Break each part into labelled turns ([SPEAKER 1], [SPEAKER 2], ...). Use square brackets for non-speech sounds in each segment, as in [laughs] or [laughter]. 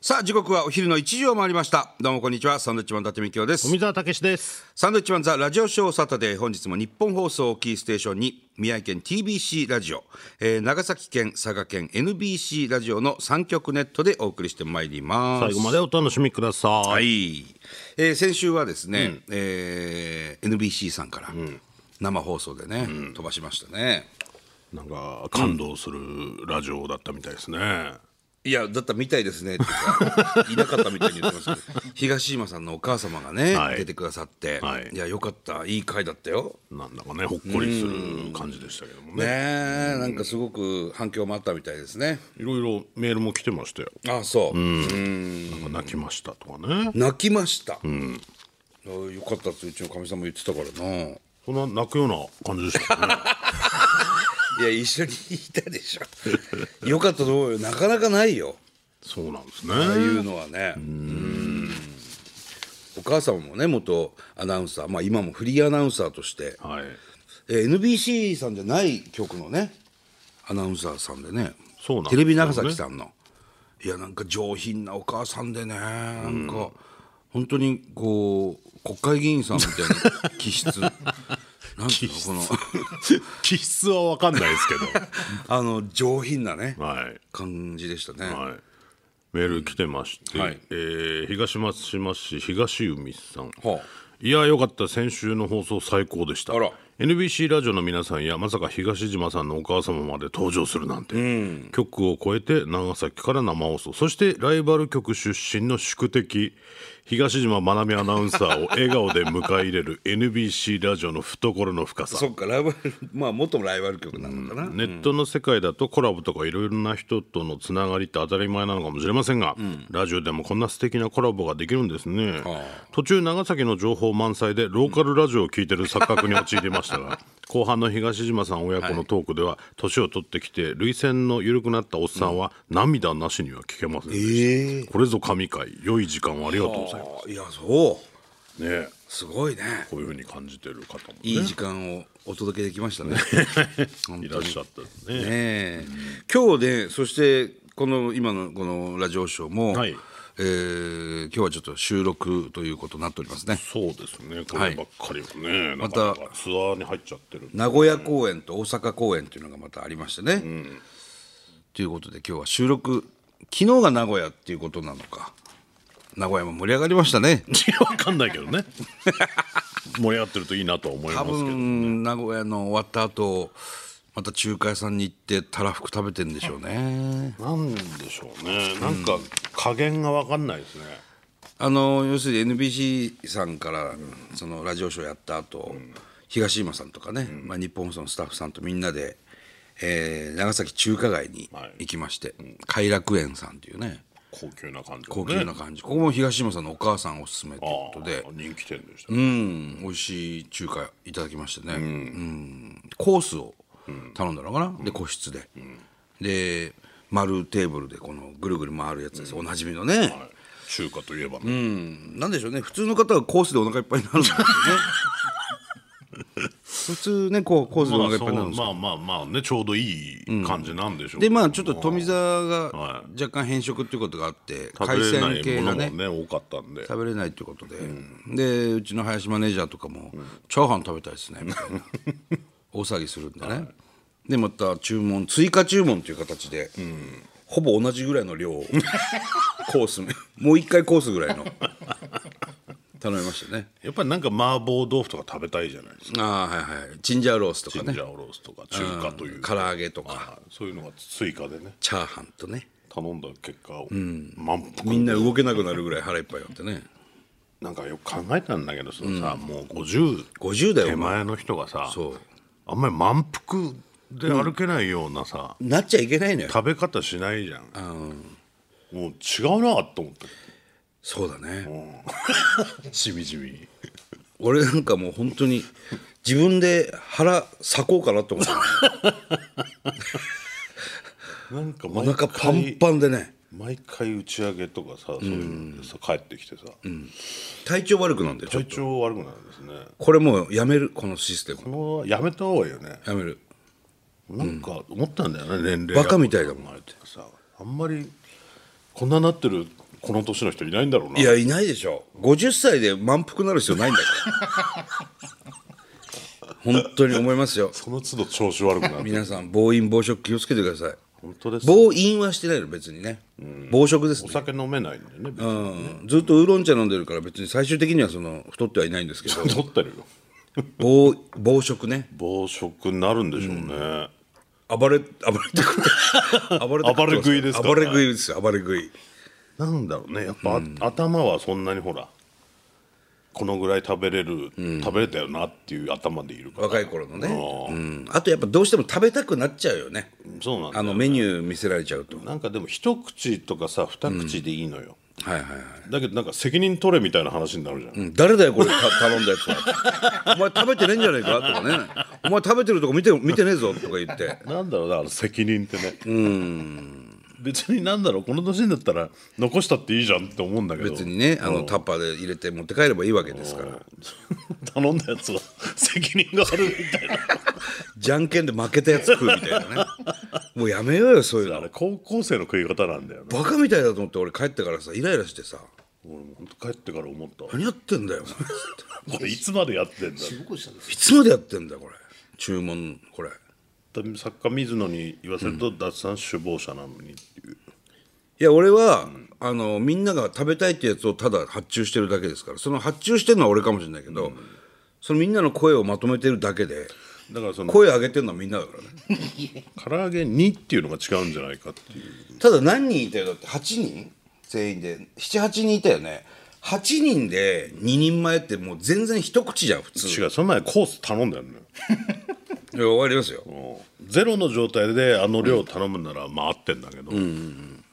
[SPEAKER 1] さあ時刻はお昼の1時を回りましたどうもこんにちはサンドウィッチマン伊達美京です
[SPEAKER 2] 富澤たけしです
[SPEAKER 1] サンドウィッチマンザラジオショーサタデー本日も日本放送をキーステーションに宮城県 TBC ラジオ、えー長崎県佐賀県 NBC ラジオの3局ネットでお送りしてまいります
[SPEAKER 2] 最後までお楽しみください、
[SPEAKER 1] はい、えー先週はですね、えー NBC さんから生放送でね、飛ばしましたね
[SPEAKER 2] なんか感動するラジオだったみたいですね、
[SPEAKER 1] いやだったみたいですねっていうかいなかったみたいに言ってますけど東島さんのお母様がね、
[SPEAKER 2] はい
[SPEAKER 1] 出てくださって、
[SPEAKER 2] はい
[SPEAKER 1] いやよかったいい回だったよ
[SPEAKER 2] なんだかねほっこりする感じでしたけども
[SPEAKER 1] ね
[SPEAKER 2] ね
[SPEAKER 1] えなんかすごく反響もあったみたいですね
[SPEAKER 2] いろいろメールも来てましたよ
[SPEAKER 1] あそう、
[SPEAKER 2] なんか泣きましたとかね
[SPEAKER 1] 泣きました、あよかったってうちのかみさんも言ってたからな
[SPEAKER 2] そんな泣くような感じでした
[SPEAKER 1] [laughs]
[SPEAKER 2] よね
[SPEAKER 1] いや一緒にいたでし
[SPEAKER 2] [laughs]
[SPEAKER 1] ょよかったと思うよなかなかないよ
[SPEAKER 2] そうなんです
[SPEAKER 1] ああい
[SPEAKER 2] ね
[SPEAKER 1] うのはねうんお母様もね元アナウンサー、まあ、今もフリーアナウンサーとして、
[SPEAKER 2] はい
[SPEAKER 1] [laughs] えー NBC さんじゃない局のねアナウンサーさんでね
[SPEAKER 2] そうなんです
[SPEAKER 1] テ
[SPEAKER 2] よね
[SPEAKER 1] レビ長崎さんの、いやなんか上品なお母さんでねなんか本当にこう国会議員さんみたいな気
[SPEAKER 2] [laughs]
[SPEAKER 1] 質なんていうのこの
[SPEAKER 2] 気質はわかんないですけ
[SPEAKER 1] あの上品なね
[SPEAKER 2] どはい
[SPEAKER 1] 感じでしたね、
[SPEAKER 2] はいメール来てまして、
[SPEAKER 1] はい
[SPEAKER 2] えー東松島市東海さん、
[SPEAKER 1] はい
[SPEAKER 2] やよかった先週の放送最高でした
[SPEAKER 1] あら
[SPEAKER 2] NBC ラジオの皆さんやまさか東島さんのお母様まで登場するなんて、局を超えて長崎から生放送そしてライバル局出身の宿敵東島まなみアナウンサーを笑顔で迎え入れる NBC ラジオの懐の深さ
[SPEAKER 1] そっかライバル [laughs] まあ元ライバル局なのかな、
[SPEAKER 2] ネットの世界だとコラボとかいろいろな人とのつながりって当たり前なのかもしれませんが、ラジオでもこんな素敵なコラボができるんですね途中長崎の情報満載でローカルラジオを聞いてる錯覚に陥りましたが後半の東島さん親子のトークでは年、を取ってきて涙腺の緩くなったおっさんは、涙なしには聞けませんでした、これぞ神回良い時間をありがとうございま
[SPEAKER 1] いやそう
[SPEAKER 2] すね
[SPEAKER 1] すごいね
[SPEAKER 2] こういうふうに感じてる方も
[SPEAKER 1] いい時間をお届けできましたね本
[SPEAKER 2] い
[SPEAKER 1] 当
[SPEAKER 2] らっ
[SPEAKER 1] に
[SPEAKER 2] しゃったんですね
[SPEAKER 1] ええ今日でそしてこの今のこのラジオショーも、
[SPEAKER 2] はい
[SPEAKER 1] えー今日はちょっと収録ということになっておりますね
[SPEAKER 2] そうですね、こればっかりはね、ま
[SPEAKER 1] た
[SPEAKER 2] たツアーに入っちゃってる。 [laughs]
[SPEAKER 1] 名古屋公演と大阪公演というのがまたありましてね、ということで今日は収録昨日が名古屋っていうことなのか名古屋も盛り上がりましたね
[SPEAKER 2] いやわかんないけどね。盛り上がってるといいなとは思いま
[SPEAKER 1] 多
[SPEAKER 2] すけど。
[SPEAKER 1] 分名古屋の終わった後また中華屋さんに行ってたらふく食べてんでしょうね
[SPEAKER 2] なんでしょうね、なんか加減がわかんないですね。
[SPEAKER 1] あの要するに NBC さんから、そのラジオショーやった後、東山さんとかね、まあ、日本放送のスタッフさんとみんなで、えー長崎中華街に行きまして、偕楽園さんっていうね
[SPEAKER 2] 高級な感じ、ね。
[SPEAKER 1] 高級な感じ、ここも東山さんのお母さんおすすめという
[SPEAKER 2] あ
[SPEAKER 1] こと
[SPEAKER 2] ー
[SPEAKER 1] で、
[SPEAKER 2] 人気店でした、
[SPEAKER 1] うん、美味しい中華いただきましてね、うんコースを頼んだのかな、で個室で、で丸テーブルでこのぐるぐる回るやつです、おなじみのね、
[SPEAKER 2] はい中華といえばね、
[SPEAKER 1] なんでしょうね普通の方はコースでお腹いっぱいになるんです
[SPEAKER 2] [laughs]
[SPEAKER 1] よね普通ねこうコースでお
[SPEAKER 2] まあ
[SPEAKER 1] 腹いっぱい
[SPEAKER 2] そ
[SPEAKER 1] になる
[SPEAKER 2] う
[SPEAKER 1] んですよ
[SPEAKER 2] まあまあまあねちょうどいい感じなんでしょう
[SPEAKER 1] で
[SPEAKER 2] けども、
[SPEAKER 1] まあちょっと富澤が
[SPEAKER 2] は
[SPEAKER 1] 若干変色っていうことがあって海
[SPEAKER 2] 食べれな
[SPEAKER 1] 鮮系
[SPEAKER 2] いも
[SPEAKER 1] が
[SPEAKER 2] のも
[SPEAKER 1] ね
[SPEAKER 2] ね多かったんで
[SPEAKER 1] 食べれないっていうことで、でうちの林マネージャーとかも、チャーハン食べたいですねみ
[SPEAKER 2] [laughs]
[SPEAKER 1] たいな大騒ぎするんでね、でまた注文追加注文という形で、ほぼ同じぐらいの量
[SPEAKER 2] [laughs]
[SPEAKER 1] をコースもう一回コースぐらいの頼みましたね
[SPEAKER 2] やっぱりなんか麻婆豆腐とか食べたいじゃないですか、
[SPEAKER 1] ああはいはいチンジャーロースとか
[SPEAKER 2] ジン
[SPEAKER 1] ね
[SPEAKER 2] ジャーロースとか中華という
[SPEAKER 1] 唐揚げとか
[SPEAKER 2] はいそういうのが追加でね
[SPEAKER 1] チャーハンとね
[SPEAKER 2] 頼んだ結果を、満腹
[SPEAKER 1] みんな動けなくなるぐらい腹いっぱいあってね
[SPEAKER 2] なんかよく考えたんだけどそのさ、もう50
[SPEAKER 1] 50代
[SPEAKER 2] 手
[SPEAKER 1] はまあ
[SPEAKER 2] 前の人がさ
[SPEAKER 1] そう
[SPEAKER 2] あんまり満腹で歩けないようなさ、
[SPEAKER 1] なっちゃいけないのよ
[SPEAKER 2] 食べ方しないじゃん、もう違うなと思って
[SPEAKER 1] そうだね
[SPEAKER 2] しみじみ
[SPEAKER 1] 俺なんかもう本当に自分で腹裂こうかなと思って
[SPEAKER 2] なんか
[SPEAKER 1] お
[SPEAKER 2] 毎回
[SPEAKER 1] 腹パンパンでね
[SPEAKER 2] 毎回打ち上げとかさそういうのでさ、帰ってきてさ、
[SPEAKER 1] 体調悪くなんでちょっ
[SPEAKER 2] 体
[SPEAKER 1] と
[SPEAKER 2] 調悪くなるんですね
[SPEAKER 1] これもうやめるこのシステム
[SPEAKER 2] このやめた方がいいよね
[SPEAKER 1] やめる
[SPEAKER 2] なんか思ったんだよね、年齢
[SPEAKER 1] バカみたいだもん
[SPEAKER 2] あれってさあんまりこんななってるこの年の人いないんだろうない
[SPEAKER 1] やいないでしょ50歳で満腹なる必要ないんだから
[SPEAKER 2] [laughs]
[SPEAKER 1] 本当に思いますよ
[SPEAKER 2] その都度調子悪く [laughs] なる
[SPEAKER 1] 皆さん暴飲暴食気をつけてください
[SPEAKER 2] 本当です
[SPEAKER 1] 暴飲はしてないの別にね暴食です
[SPEAKER 2] お
[SPEAKER 1] ね、
[SPEAKER 2] 酒飲めないんでね別
[SPEAKER 1] うん、
[SPEAKER 2] に
[SPEAKER 1] ずっとウーロン茶飲んでるから別に最終的にはその太ってはいないんですけど
[SPEAKER 2] 取ってるよ
[SPEAKER 1] [laughs] 暴暴食ね
[SPEAKER 2] 暴食になるんでしょうね、
[SPEAKER 1] 暴れ暴れてくる
[SPEAKER 2] [laughs]
[SPEAKER 1] 暴れて
[SPEAKER 2] 暴れ食いですか
[SPEAKER 1] 暴れ食いですよ暴れ食い
[SPEAKER 2] なんだろうねやっぱ、頭はそんなにほらこのぐらい食べれる、食べれたよなっていう頭でいるから
[SPEAKER 1] 若い頃のねうん、あとやっぱどうしても食べたくなっちゃうよね
[SPEAKER 2] そうなんだ
[SPEAKER 1] あのメニュー見せられちゃうと
[SPEAKER 2] なんかでも一口とかさ二口でいいのよ、
[SPEAKER 1] はいはいはい、
[SPEAKER 2] だけどなんか責任取れみたいな話になるじゃん、
[SPEAKER 1] うん誰だよこれた頼んだやつは [laughs] お前食べてねえんじゃねえかとかねお前食べてるとこ見て見てねえぞとか言って
[SPEAKER 2] なんだろうなあの責任ってね別になんだろうこの年になったら残したっていいじゃんって思うんだけど
[SPEAKER 1] 別にねあ
[SPEAKER 2] う
[SPEAKER 1] の
[SPEAKER 2] ん
[SPEAKER 1] タッパーで入れて持って帰ればいいわけですから
[SPEAKER 2] 頼んだやつは [laughs] 責任があるみたいな
[SPEAKER 1] じゃんけんで負けたやつ食うみたいなね [laughs] もうやめようよそういう
[SPEAKER 2] あ
[SPEAKER 1] の
[SPEAKER 2] れ高校生の食い方なんだよね
[SPEAKER 1] バカみたいだと思って俺帰ってからさイライラしてさ
[SPEAKER 2] 俺も本当帰ってから思ったわ
[SPEAKER 1] 何やってんだよお前
[SPEAKER 2] これいつまでやってんだ
[SPEAKER 3] どこしたんです
[SPEAKER 1] いつまでやってんだよこれ注文これ
[SPEAKER 2] 作家水野に言わせると脱産首謀者なのにっていう、
[SPEAKER 1] いや俺は、あのみんなが食べたいってやつをただ発注してるだけですからその発注してるのは俺かもしれないけど、そのみんなの声をまとめてるだけで
[SPEAKER 2] だからその
[SPEAKER 1] 声上げてるのはみんなだからね
[SPEAKER 2] 唐揚げにっていうのが違うんじゃないかっていう
[SPEAKER 1] ただ何人いたよだって8人全員で78人いたよね8人で2人前ってもう全然一口じゃん普通
[SPEAKER 2] 違うその前コース頼んだよね
[SPEAKER 1] いや終わりますよ
[SPEAKER 2] ゼロの状態であの量頼むならまあ合ってんだけど、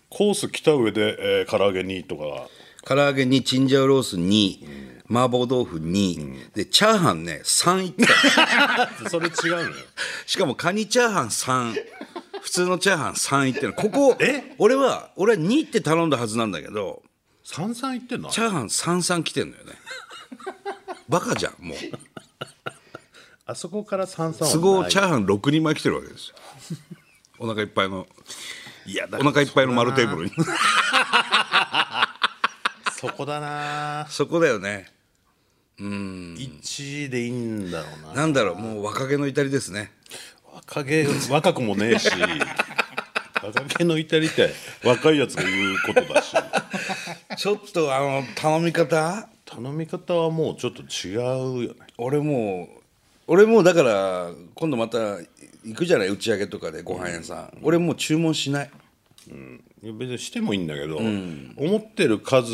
[SPEAKER 2] コース来た上で、えー、唐揚げにとかは
[SPEAKER 1] 唐揚げにチンジャオロースに、麻婆豆腐に、でチャーハンね3いった
[SPEAKER 2] [laughs] それ違うのよ [laughs]
[SPEAKER 1] しかもカニチャーハン3普通のチャーハン3いってるここ
[SPEAKER 2] え
[SPEAKER 1] 俺は俺は2って頼んだはずなんだけど
[SPEAKER 2] 三三言ってんの
[SPEAKER 1] チャーハン33来てんのよねバカじゃんもう
[SPEAKER 2] あそこから三三
[SPEAKER 1] 都合チャーハン6人前来てるわけですよお腹いっぱいの
[SPEAKER 2] いやだ
[SPEAKER 1] お腹いっぱいの丸テーブルに
[SPEAKER 2] そこだな
[SPEAKER 1] そこだよね
[SPEAKER 2] 1でいいんだろうな
[SPEAKER 1] なんだろうもう若気の至りですね
[SPEAKER 2] 若気若くもねえ [laughs] し若気の至りって若いやつが言うことだし
[SPEAKER 1] ちょっとあの頼み方
[SPEAKER 2] 頼み方はもうちょっと違うよね
[SPEAKER 1] 俺もう俺もうだから今度また行くじゃない打ち上げとかでご飯屋さん、俺もう注文しない
[SPEAKER 2] いや別にしてもいいんだけど、思ってる数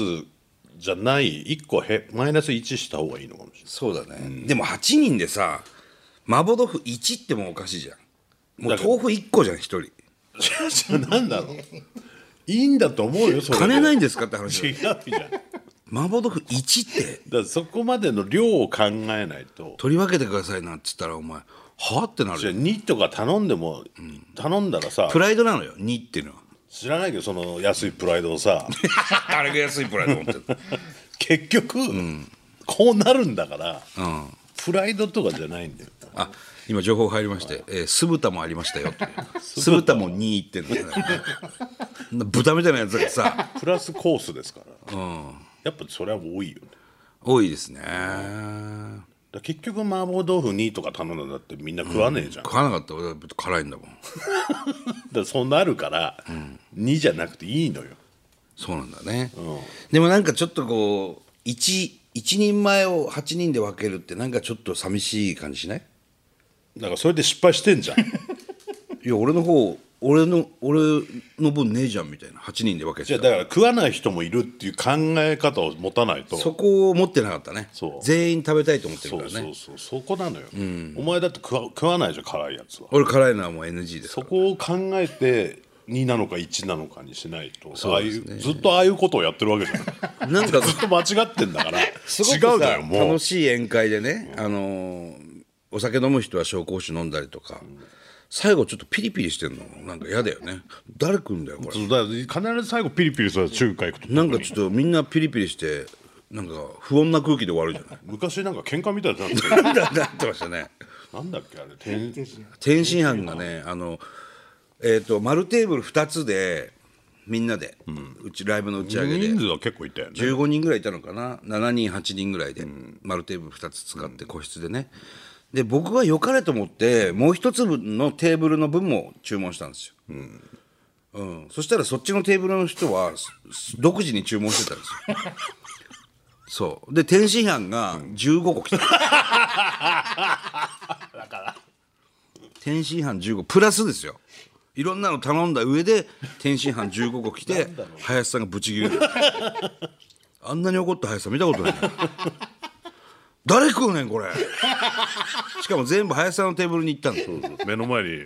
[SPEAKER 2] じゃない1個へマイナス1した方がいいのかもしれない
[SPEAKER 1] そうだね、でも8人でさ麻婆豆腐1ってもおかしいじゃんもう
[SPEAKER 2] だから
[SPEAKER 1] 豆腐1個じゃん1人
[SPEAKER 2] じゃあ何だろういいんだと思うよそれ
[SPEAKER 1] 金ないいんですかって話
[SPEAKER 2] 違う
[SPEAKER 1] だよ
[SPEAKER 2] じゃんだか
[SPEAKER 1] 麻婆豆腐1って
[SPEAKER 2] らそこまでの量を考えないと
[SPEAKER 1] 取り分けてくださいなんつったらお前はってなる
[SPEAKER 2] じゃ
[SPEAKER 1] よ
[SPEAKER 2] あ2とか頼んでも、頼んだらさ
[SPEAKER 1] プライドなのよ2っていうのは
[SPEAKER 2] 知らないけどその安いプライドを
[SPEAKER 1] [laughs]
[SPEAKER 2] さ
[SPEAKER 1] あれが安いプライド持ってる
[SPEAKER 2] 結局、こうなるんだから、
[SPEAKER 1] ん
[SPEAKER 2] プライドとかじゃないんだよ
[SPEAKER 1] [laughs] あ今情報入りまして、えー、酢豚もありましたよという [laughs] 酢豚も2ってんだよね [laughs] 豚みたいなやつがさ
[SPEAKER 2] プラスコースですから、やっぱそれは多いよね
[SPEAKER 1] 多いですね
[SPEAKER 2] だから結局麻婆豆腐2とか頼んだんだってみんな食わねえじゃん、だか
[SPEAKER 1] 食わなかった俺は辛いんだもん
[SPEAKER 2] らそうなるから、2じゃなくていいのよ
[SPEAKER 1] そうなんだね、でもなんかちょっとこう一一人前を8人で分けるってなんかちょっと寂しい感じしない
[SPEAKER 2] だからそれで失敗してんじゃん
[SPEAKER 1] いや俺の方俺の俺の分ねえじゃんみたいな8人で分け
[SPEAKER 2] じゃ
[SPEAKER 1] て
[SPEAKER 2] あ
[SPEAKER 1] た
[SPEAKER 2] だから食わない人もいるっていう考え方を持たないと
[SPEAKER 1] そこを持ってなかったね
[SPEAKER 2] そう
[SPEAKER 1] 全員食べたいと思ってる
[SPEAKER 2] そ
[SPEAKER 1] から
[SPEAKER 2] う
[SPEAKER 1] ね
[SPEAKER 2] そうそうそこなのよ、お前だって食わ食わないじゃん辛いやつは
[SPEAKER 1] 俺辛いのはもう NG です
[SPEAKER 2] そこを考えて2なのか1なのかにしないと、あ
[SPEAKER 1] そ
[SPEAKER 2] あ
[SPEAKER 1] う
[SPEAKER 2] い
[SPEAKER 1] です
[SPEAKER 2] う
[SPEAKER 1] ね
[SPEAKER 2] ずっとああいうことをやってるわ
[SPEAKER 1] [laughs]
[SPEAKER 2] けじゃん
[SPEAKER 1] なんか
[SPEAKER 2] ずっと間違ってんだから
[SPEAKER 1] すごく
[SPEAKER 2] 違
[SPEAKER 1] さ
[SPEAKER 2] うだよもう
[SPEAKER 1] 楽しい宴会でね、あのーお酒飲む人は紹興酒飲んだりとか、最後ちょっとピリピリしてんのなんか嫌だよね誰来んだよこれ
[SPEAKER 2] そうだから必ず最後ピリピリする中華行くと
[SPEAKER 1] なんかちょっとみんなピリピリしてなんか不穏な空気で終わるじゃ
[SPEAKER 2] 昔なんか喧嘩みたいだったんです
[SPEAKER 1] [laughs]
[SPEAKER 2] けど
[SPEAKER 1] ないなんだってましたね
[SPEAKER 2] なんだっけあれ天
[SPEAKER 1] 天津飯がねあのえっ、と丸テーブル2つでみんなで、うちライブの打ち上げで
[SPEAKER 2] 人数は結構いたよね
[SPEAKER 1] 15人ぐらいいたのかな7人8人ぐらいで、丸テーブル2つ使って個室でね、で僕は良かれと思ってもう一つのテーブルの分も注文したんですよ、うんそしたらそっちのテーブルの人はすす独自に注文してたんですよ [laughs] そうで天津飯が15個来た、 [laughs] だから天津飯15プラスですよいろんなの頼んだ上で天津飯15個来て林さんがブチギレるあんなに怒った林さん見たことない誰食うねんこれしかも全部林さんのテーブルに行ったの
[SPEAKER 2] 目の前に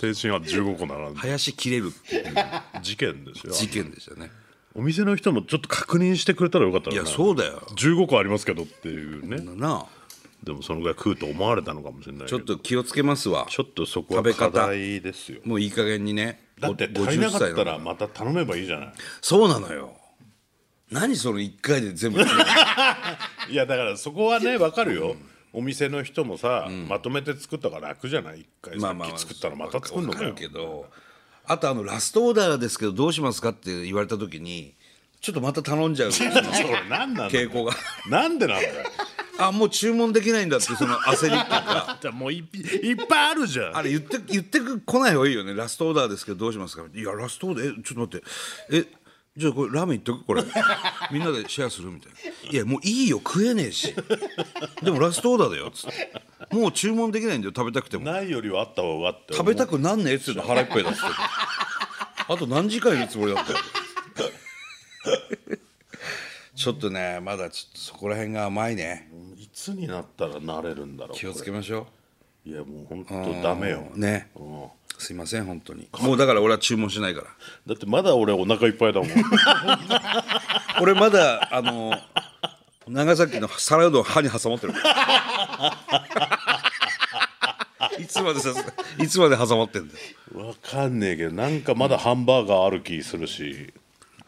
[SPEAKER 2] 天津飯15個並んで
[SPEAKER 1] 林切れるっていう
[SPEAKER 2] 事件ですよ
[SPEAKER 1] 事件でしたね
[SPEAKER 2] お店の人もちょっと確認してくれたらよかったの
[SPEAKER 1] い
[SPEAKER 2] に
[SPEAKER 1] や
[SPEAKER 2] な
[SPEAKER 1] そうだよ
[SPEAKER 2] 15個ありますけどっていうね
[SPEAKER 1] なあ
[SPEAKER 2] でもそのぐらい食うと思われたのかもしれないけど
[SPEAKER 1] ちょっと気をつけますわ
[SPEAKER 2] ちょっとそこは
[SPEAKER 1] 食べ
[SPEAKER 2] 課
[SPEAKER 1] 方
[SPEAKER 2] 題ですよ
[SPEAKER 1] もういい加減にね
[SPEAKER 2] だって
[SPEAKER 1] ご
[SPEAKER 2] 足りな
[SPEAKER 1] 50
[SPEAKER 2] か
[SPEAKER 1] 歳
[SPEAKER 2] った
[SPEAKER 1] の
[SPEAKER 2] らまた頼めばいいじゃない
[SPEAKER 1] そうなのよ何その1回で全部 [laughs] い
[SPEAKER 2] いやだからそこはね分かるよ、お店の人もさ、まとめて作ったから楽じゃない一回さっき作ったらまた作るの
[SPEAKER 1] わ
[SPEAKER 2] か
[SPEAKER 1] か
[SPEAKER 2] よ
[SPEAKER 1] るけどあとあのラストオーダーですけどどうしますかって言われた時にちょっとまた頼 [laughs] んじゃうその
[SPEAKER 2] それ何なんだ
[SPEAKER 1] 傾向が
[SPEAKER 2] なんでなんだ
[SPEAKER 1] [laughs]
[SPEAKER 2] よ
[SPEAKER 1] あもう注文できないんだってその焦りっていうか
[SPEAKER 2] だってもういっいっぱいあるじゃん
[SPEAKER 1] あれ言って言ってく来ない方がいいよねラストオーダーですけどどうしますかいやラストオーダーえちょっと待ってえじゃあこれラーメンいっとく [laughs] これみんなでシェアするみたいないやもういいよ食えねえしでもラストオーダーだよつってもう注文できないんだよ食べたくても
[SPEAKER 2] ないよりはあった方がって
[SPEAKER 1] 食べたくなんねえっつうの腹いっぱいだっつってあと何時間いるつもりだったよちょっとねまだちょっとそこら辺が甘いね
[SPEAKER 2] いつになったらなれるんだろう
[SPEAKER 1] 気をつけましょ
[SPEAKER 2] いやもう本当ダメよ
[SPEAKER 1] うね
[SPEAKER 2] うん
[SPEAKER 1] すいません本当にもうだから俺は注文しないから
[SPEAKER 2] だってまだ俺お腹いっぱいだもん
[SPEAKER 1] 俺まだあの長崎の皿うどん歯に挟まってるいつまでさいつまで挟まってんだよ
[SPEAKER 2] わかんねえけどなんかまだハンバーガーある気するし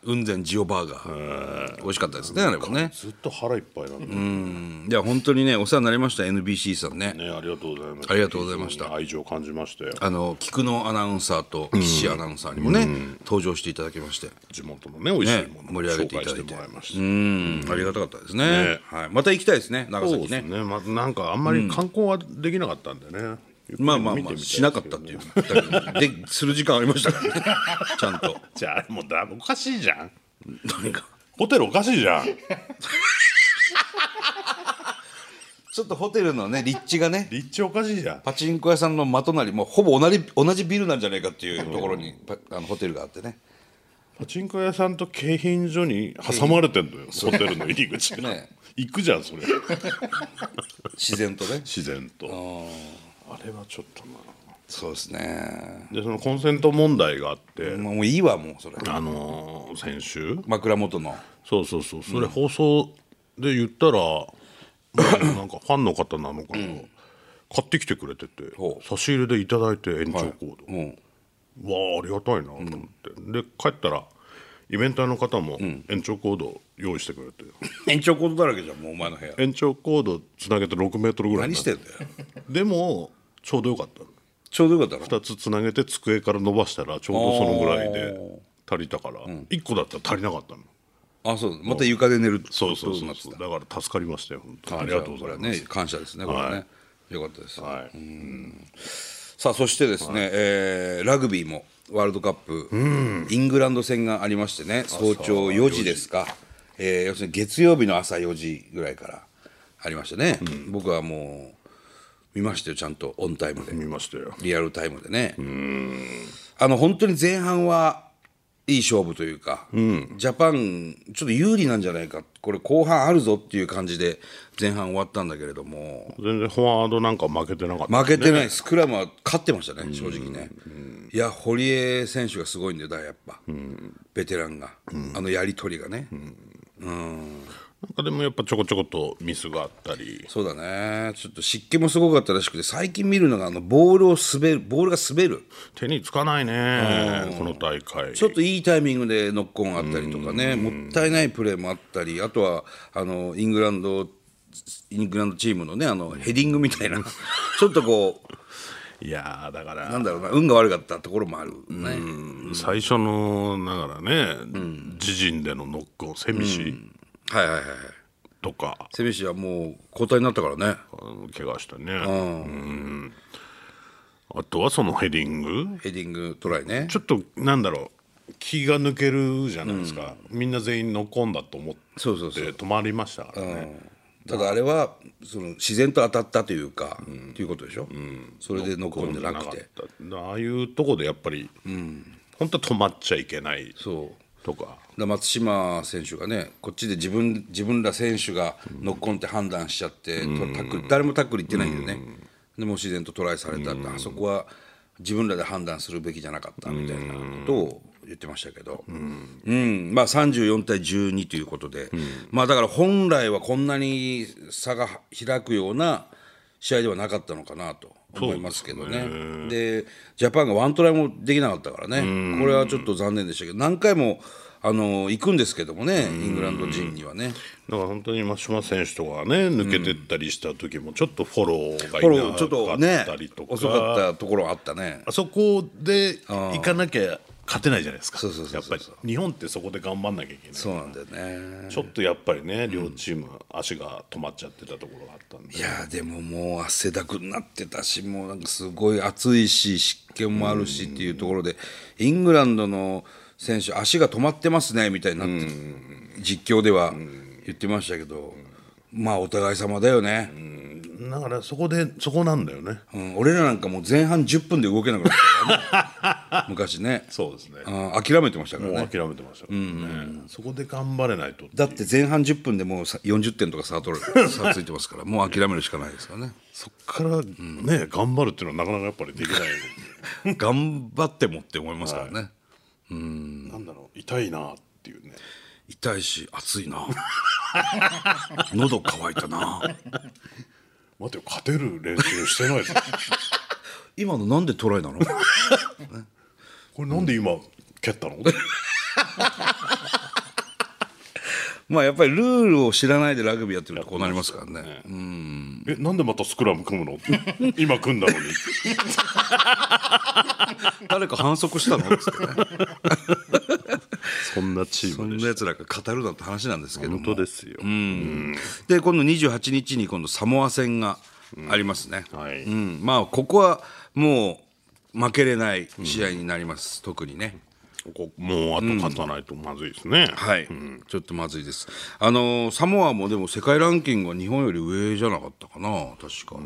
[SPEAKER 1] 雲仙ジオバーガー美味しかったですねあれもね
[SPEAKER 2] ずっと腹いっぱいなんだ
[SPEAKER 1] いや
[SPEAKER 2] よ
[SPEAKER 1] 本当にねお世話になりました NBC さんね
[SPEAKER 2] ねありがとうございました
[SPEAKER 1] ありがとうございました
[SPEAKER 2] 愛情感じましたよ
[SPEAKER 1] あの菊野アナウンサーと岸アナウンサーにもね、登場していただきまして
[SPEAKER 2] 地元のね美味しいもの
[SPEAKER 1] ね盛り上げていただいて
[SPEAKER 2] 紹介してもらいました
[SPEAKER 1] うんありがたかったですね
[SPEAKER 2] ね
[SPEAKER 1] はい、また行きたいですね長
[SPEAKER 2] そうで
[SPEAKER 1] 崎
[SPEAKER 2] すね
[SPEAKER 1] ね
[SPEAKER 2] まずなんかあんまり観光はできなかったんでね、
[SPEAKER 1] まあまあま
[SPEAKER 2] 見てみ
[SPEAKER 1] あ
[SPEAKER 2] たい
[SPEAKER 1] しなかったっていうだけどでする時間ありましたから [laughs] ねちゃんと
[SPEAKER 2] じゃああれもだおかしいじゃん
[SPEAKER 1] 何か
[SPEAKER 2] ホテルおかしいじゃん
[SPEAKER 1] ちょっとホテルのね立地がね
[SPEAKER 2] 立地おかしいじゃん
[SPEAKER 1] パチンコ屋さんの的なりもうほぼ同じ同じビルなんじゃないかっていうところに、パあのホテルがあってね
[SPEAKER 2] パチンコ屋さんと景品所に挟まれてんのよホテルの入り口が、
[SPEAKER 1] ね
[SPEAKER 2] 行くじゃんそれ
[SPEAKER 1] 自然とね
[SPEAKER 2] 自然とあれはちょっとな
[SPEAKER 1] そうですね
[SPEAKER 2] でそのコンセント問題があって、
[SPEAKER 1] もうもういいわもうそれ
[SPEAKER 2] あのー先週
[SPEAKER 1] 枕元の
[SPEAKER 2] そうそうそうそれ放送で言ったら、まあなんかファンの方なのかな、買ってきてくれてて
[SPEAKER 1] ほう
[SPEAKER 2] 差し入れでいただいて延長コード、
[SPEAKER 1] うん
[SPEAKER 2] わあありがたいなと思って、で帰ったらイベンターの方も延長コード用意してくれて、
[SPEAKER 1] 延長コードだらけじゃんもうお前の部屋
[SPEAKER 2] 延長コードつなげて6メートルぐら
[SPEAKER 1] 何
[SPEAKER 2] いにな
[SPEAKER 1] してんだよ
[SPEAKER 2] でもちょうどよかったの
[SPEAKER 1] ちょうどよかったろ
[SPEAKER 2] 2つつなげて机から伸ばしたらちょうどそのぐらいで足りたから、1個だったら足りなかったの
[SPEAKER 1] あそうまた床で寝る
[SPEAKER 2] そうそう
[SPEAKER 1] ことにな
[SPEAKER 2] そう
[SPEAKER 1] って
[SPEAKER 2] そう
[SPEAKER 1] た
[SPEAKER 2] だから助かりましたよ本当にありがとうございます、
[SPEAKER 1] ね感謝ですねこれはね、よかったです、
[SPEAKER 2] はい
[SPEAKER 1] さあそしてですね、えーラグビーもワールドカップ、イングランド戦がありましてね早朝4時ですか、えー要するに月曜日の朝4時ぐらいからありましたね、僕はもう見ましたよちゃんとオンタイムで
[SPEAKER 2] 見ましたよ
[SPEAKER 1] リアルタイムでねあの本当に前半はいい勝負というか、ジャパンちょっと有利なんじゃないかこれ後半あるぞっていう感じで前半終わったんだけれども
[SPEAKER 2] 全然フォワードなんか負けてなかった
[SPEAKER 1] 負けてない、スクラムは勝ってましたね、正直ね。いや、堀江選手がすごいんだよ、だからやっぱ、ベテランが、あのやり取りがね、
[SPEAKER 2] なんかでもやっぱちょこちょことミスがあったり
[SPEAKER 1] そうだね、ちょっと湿気もすごかったらしくて、最近見るのが、あのボールを滑る、ボールが滑る、
[SPEAKER 2] 手につかないねこの大会
[SPEAKER 1] ちょっといいタイミングでノックオンあったりとかね、もったいないプレーもあったり、あとはあのイングラ [laughs] ンド、イングランドチームのね、あのヘディングみたいな、ちょっとこう、
[SPEAKER 2] いやーだから
[SPEAKER 1] なんだろうな運が悪かったところもあるね、
[SPEAKER 2] 最初のだからね、自陣でのノックをセミシ
[SPEAKER 1] はいはいはいはい
[SPEAKER 2] とか、
[SPEAKER 1] セミシはもう交代になったからね
[SPEAKER 2] あの怪我したね、うんあとはそのヘディング
[SPEAKER 1] ヘディングトライね
[SPEAKER 2] ちょっとなんだろう気が抜けるじゃないですか、みんな全員ノックオンだと思って
[SPEAKER 1] そうそうそう
[SPEAKER 2] 止まりましたからね、
[SPEAKER 1] ただあれはその自然と当たったというか、ということでしょ、それでノックオンじゃなくて
[SPEAKER 2] だからああいうとこでやっぱり、本当は止まっちゃいけない
[SPEAKER 1] そう
[SPEAKER 2] とか
[SPEAKER 1] だから松島選手がねこっちで自分自分ら選手がノックオンって判断しちゃって、とタックル誰もタックル行ってないんだよね、でもう自然とトライされたって、あそこは自分らで判断するべきじゃなかったみたいなことを言ってましたけど、うんまあ、34対12ということで、まあ、だから本来はこんなに差が開くような試合ではなかったのかなと思いますけどね。でジャパンがワントライもできなかったからね、これはちょっと残念でしたけど、何回もあの行くんですけどもね、イングランド人にはね、
[SPEAKER 2] だから本当に松島選手とかね抜けてったりした時もちょっとフォローが
[SPEAKER 1] フォ
[SPEAKER 2] い
[SPEAKER 1] ローちょっと
[SPEAKER 2] なか
[SPEAKER 1] ね
[SPEAKER 2] ったりとか,、
[SPEAKER 1] 遅かったところあったね。
[SPEAKER 2] あそこで行かなきゃ勝てないじゃないですか
[SPEAKER 1] そうそうそうそう
[SPEAKER 2] やっぱり日本ってそこで頑張んなきゃいけない
[SPEAKER 1] そうなんだよね。
[SPEAKER 2] ちょっとやっぱりね両チーム足が止まっちゃってたところがあったんで
[SPEAKER 1] いやーでももう汗だくになってたしもうなんかすごい暑いし湿気もあるしっていうところでイングランドの選手足が止まってますねみたいになって実況では言ってましたけどまあお互い様だよね、
[SPEAKER 2] だからそこでそこなんだよね
[SPEAKER 1] うん、俺らなんかもう前半10分で動けなくなったからね [laughs] 昔ね
[SPEAKER 2] そうですね
[SPEAKER 1] あ諦めてましたから
[SPEAKER 2] もう
[SPEAKER 1] ね
[SPEAKER 2] 諦めてましたからね、そこで頑張れないと
[SPEAKER 1] だって前半10分でもうさ40点とか差取る差ついてます [laughs] からもう諦めるしかないですからね
[SPEAKER 2] そっからね、頑張るっていうのはなかなかやっぱりできない、
[SPEAKER 1] 頑張ってもって思いますからね、
[SPEAKER 2] なんだろう痛いなっていうね
[SPEAKER 1] 痛いし暑いな [laughs] 喉乾いたな
[SPEAKER 2] 待てよ勝てる練習してないです
[SPEAKER 1] 今のなんでトライなの
[SPEAKER 2] [laughs] これなんで今蹴ったの
[SPEAKER 1] [laughs] まあやっぱりルールを知らないでラグビーやってるとこうなりますからね
[SPEAKER 2] えなんでまたスクラム組むの今組んだのに
[SPEAKER 1] 誰か反則 [laughs] したのっつってね
[SPEAKER 2] そんなチ
[SPEAKER 1] そんなやつらが語るなって話なんですけども
[SPEAKER 2] 本当ですよ、
[SPEAKER 1] で今度28日に今度サモア戦がありますね、うん
[SPEAKER 2] はい
[SPEAKER 1] まあここはもう負けれない試合になります、特にね
[SPEAKER 2] ここもうあと勝たないとまずいですね、
[SPEAKER 1] はい、ちょっとまずいですあのサモアもでも世界ランキングは日本より上じゃなかったかな確か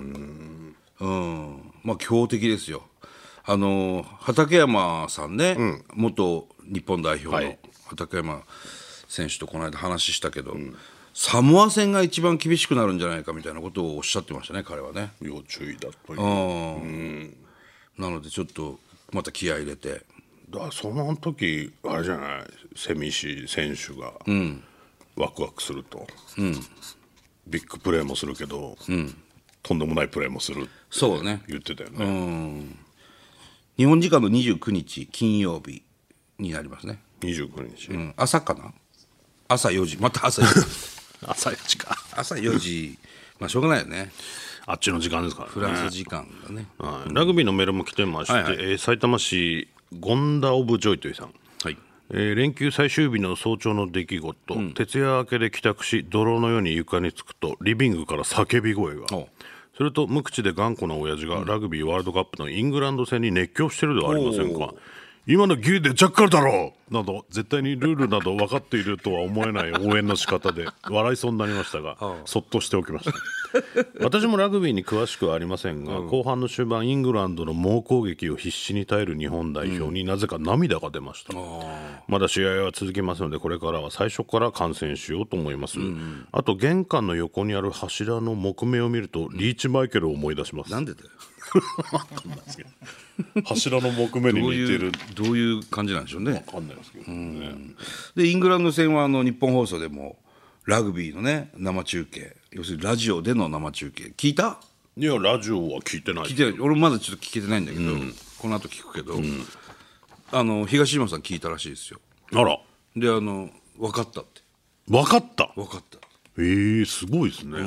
[SPEAKER 1] うんまあ強敵ですよあの畠山さんね、元日本代表の畠山選手とこの間話したけど、サモア戦が一番厳しくなるんじゃないかみたいなことをおっしゃってましたね彼はね
[SPEAKER 2] 要注意だという
[SPEAKER 1] なのでちょっとまた気合い入れて
[SPEAKER 2] だからその時あれじゃないセミシ選手がワクワクすると、ビッグプレーもするけど、とんでもないプレーもするって
[SPEAKER 1] そうね
[SPEAKER 2] 言ってたよね、
[SPEAKER 1] 日本時間の29日金曜日になりますね
[SPEAKER 2] 29日、
[SPEAKER 1] うん朝かな朝4時また朝4時
[SPEAKER 2] 朝4時か
[SPEAKER 1] 朝4時まあしょうがないよね
[SPEAKER 2] あっちの時間ですからね
[SPEAKER 1] フランス時間がね
[SPEAKER 2] はい、ラグビーのメールも来てまして、
[SPEAKER 1] はいはい
[SPEAKER 2] えー埼玉市ゴンダ・オブ・ジョイというさん、
[SPEAKER 1] はい
[SPEAKER 2] えー連休最終日の早朝の出来事、徹夜明けで帰宅し泥のように床につくとリビングから叫び声が
[SPEAKER 1] お
[SPEAKER 2] それと無口で頑固な親父がラグビーワールドカップのイングランド戦に熱狂してるではありませんか今のギリでジャッカルだろうなど絶対にルールなど分かっているとは思えない応援の仕方で笑いそうになりましたがそっとしておきました私もラグビーに詳しくはありませんが、後半の終盤イングランドの猛攻撃を必死に耐える日本代表になぜか涙が出ました、まだ試合は続きますのでこれからは最初から観戦しようと思います、あと玄関の横にある柱の木目を見るとリーチマイケルを思い出します
[SPEAKER 1] なんでだよ
[SPEAKER 2] [laughs] 柱の木目に
[SPEAKER 1] どう
[SPEAKER 2] 似て
[SPEAKER 1] い
[SPEAKER 2] る
[SPEAKER 1] うどういう感じなんでしょうね
[SPEAKER 2] わかんないですけどね
[SPEAKER 1] でイングランド戦はあの日本放送でもラグビーのね生中継要するにラジオでの生中継聞いた
[SPEAKER 2] いやラジオは聞いてない
[SPEAKER 1] 聞いてない俺まだちょっと聞けてないんだけど、この後聞くけど、あの東島さん聞いたらしいですよ
[SPEAKER 2] あら
[SPEAKER 1] であの分かったって
[SPEAKER 2] 分かった
[SPEAKER 1] 分かった
[SPEAKER 2] えー、すごいですね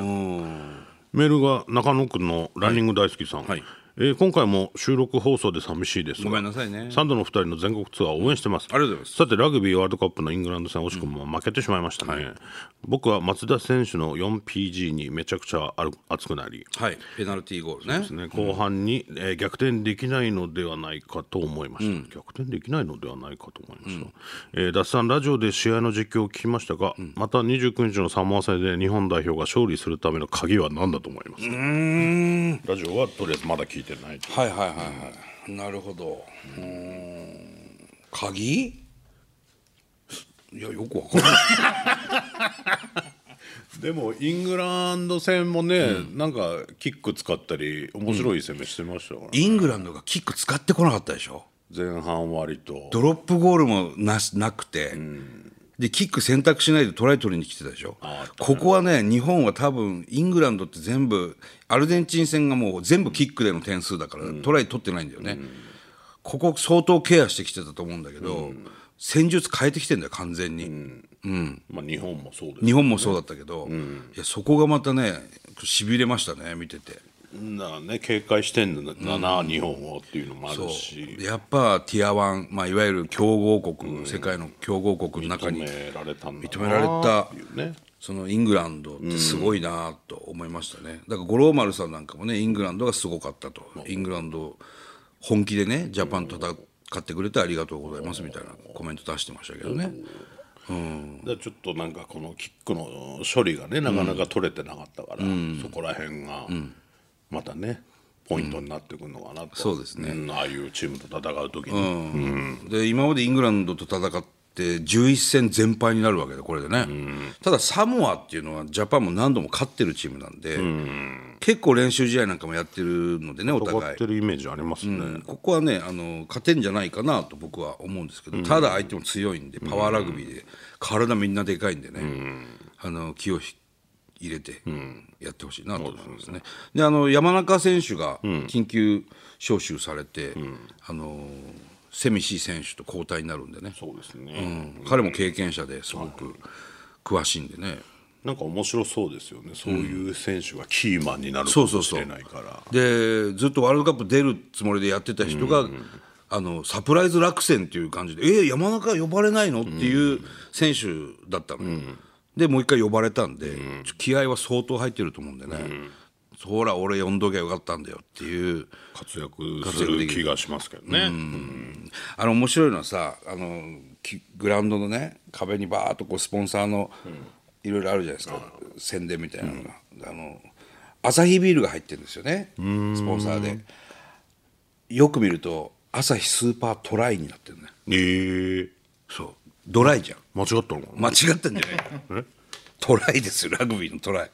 [SPEAKER 2] メールが中野区のランニング大好きさん、
[SPEAKER 1] はい
[SPEAKER 2] えー今回も収録放送で寂しいです
[SPEAKER 1] ごめ
[SPEAKER 2] が
[SPEAKER 1] んなさいね
[SPEAKER 2] サンドの2人の全国ツアーを応援してます、
[SPEAKER 1] ありがとうございます
[SPEAKER 2] さてラグビーワールドカップのイングランド戦惜しくも負けてしまいましたね、僕は松田選手の 4PG にめちゃくちゃある熱くなり
[SPEAKER 1] はいペナルティーゴールね
[SPEAKER 2] ですね後半に、えー逆転できないのではないかと思いました、逆転できないのではないかと思いました、えー、ダスさんラジオで試合の実況を聞きましたが、また29日のサモア戦で日本代表が勝利するための鍵は何だと思いますかラジオはとりあえずまだ聞いてない
[SPEAKER 1] はいはいはいはい、なるほどうーん鍵いやよくわかんない
[SPEAKER 2] [laughs] でもイングランド戦もね、なんかキック使ったり面白い攻めしてましたから、
[SPEAKER 1] イングランドがキック使ってこなかったでしょ
[SPEAKER 2] 前半割と
[SPEAKER 1] ドロップゴールもなしなくて、でキック選択しないでトライ取りに来てたでしょ
[SPEAKER 2] あー
[SPEAKER 1] ここはね日本は多分イングランドって全部アルゼンチン戦がもう全部キックでの点数だから、トライ取ってないんだよね、ここ相当ケアしてきてたと思うんだけど、戦術変えてきてんだよ完全に。
[SPEAKER 2] まあ、日本もそうです
[SPEAKER 1] 日本もそうだったけど、いやそこがまたねしびれましたね見てて
[SPEAKER 2] なね警戒してんだな、日本をっていうのもあるし
[SPEAKER 1] でやっぱティアワン、まあ、いわゆる強豪国、世界の強豪国の中
[SPEAKER 2] 認
[SPEAKER 1] に
[SPEAKER 2] められたんだ
[SPEAKER 1] 認められた
[SPEAKER 2] っていうね
[SPEAKER 1] そのイングランドってすごいなと思いましたね、だから五郎丸さんなんかもねイングランドがすごかったと、イングランド本気でねジャパンと戦ってくれてありがとうございますみたいなコメント出してましたけどね、
[SPEAKER 2] でちょっとなんかこのキックの処理がねなかなか取れてなかったから、そこら辺がまたねポイントになってくるのかなと、
[SPEAKER 1] そうですね
[SPEAKER 2] んああいうチームと戦う時に、
[SPEAKER 1] で今までイングランドと戦って11戦全敗になるわけでこれでね、ただサモアっていうのはジャパンも何度も勝ってるチームなんで、結構練習試合なんかもやってるのでねお
[SPEAKER 2] 戦
[SPEAKER 1] 互
[SPEAKER 2] っ
[SPEAKER 1] い
[SPEAKER 2] てるイメージありますね、
[SPEAKER 1] ここはねあの勝てんじゃないかなと僕は思うんですけど、ただ相手も強いんでパワーラグビーで体みんなでかいんでね、あの気をひ入れてやってほしいなと思いますね。であの山中選手が緊急招集されて、あのセミシ選手と交代になるんでね、
[SPEAKER 2] そうですね、
[SPEAKER 1] 彼も経験者ですごく詳しいんでね、
[SPEAKER 2] なんか面白そうですよねそういう選手がキーマンになるか
[SPEAKER 1] そうそ
[SPEAKER 2] も
[SPEAKER 1] う
[SPEAKER 2] し
[SPEAKER 1] そう
[SPEAKER 2] れないから
[SPEAKER 1] でずっとワールドカップ出るつもりでやってた人が、あのサプライズ落選っていう感じで、えー、山中呼ばれないのっていう選手だったのよ、でもう一回呼ばれたんで、ちょ気合は相当入ってると思うんでね、ほら、俺呼んどきゃよかったんだよっていう、
[SPEAKER 2] 活躍する気がしますけどね、
[SPEAKER 1] あの面白いのはさ、あのきグラウンドのね、壁にバーっとこうスポンサーのいろいろあるじゃないですか、宣伝みたいなのが、あのアサヒビールが入ってるんですよね、スポンサーで。よく見ると、アサヒスーパートライになってるね、
[SPEAKER 2] えー
[SPEAKER 1] そう、ドライじゃん、
[SPEAKER 2] 間違ったのか
[SPEAKER 1] 間
[SPEAKER 2] な、
[SPEAKER 1] 違ったんじゃないトライですよ、ラグビーのトライ、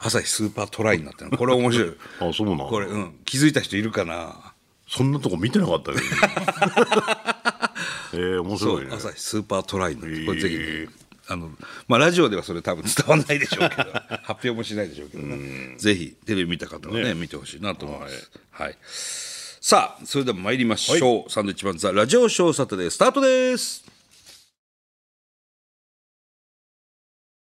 [SPEAKER 1] アサヒスーパートライになってるの、これ面白い。
[SPEAKER 2] あそうなの
[SPEAKER 1] これ、うん、気づいた人いるかな、
[SPEAKER 2] そんなとこ見てなかった
[SPEAKER 1] [laughs]
[SPEAKER 2] ねえー、面
[SPEAKER 1] そ、
[SPEAKER 2] 白いうね
[SPEAKER 1] アサヒスーパートライになってる、これぜひ、ね
[SPEAKER 2] へー
[SPEAKER 1] あのまあ、ラジオではそれ多分伝わらないでしょうけ [laughs] ど発表もしないでしょうけどねぜひテレビ見た方はね見てほしいなと思います、はいさあそれでは参りましょう、サンドウィッチマンザラジオショーサタデースタートです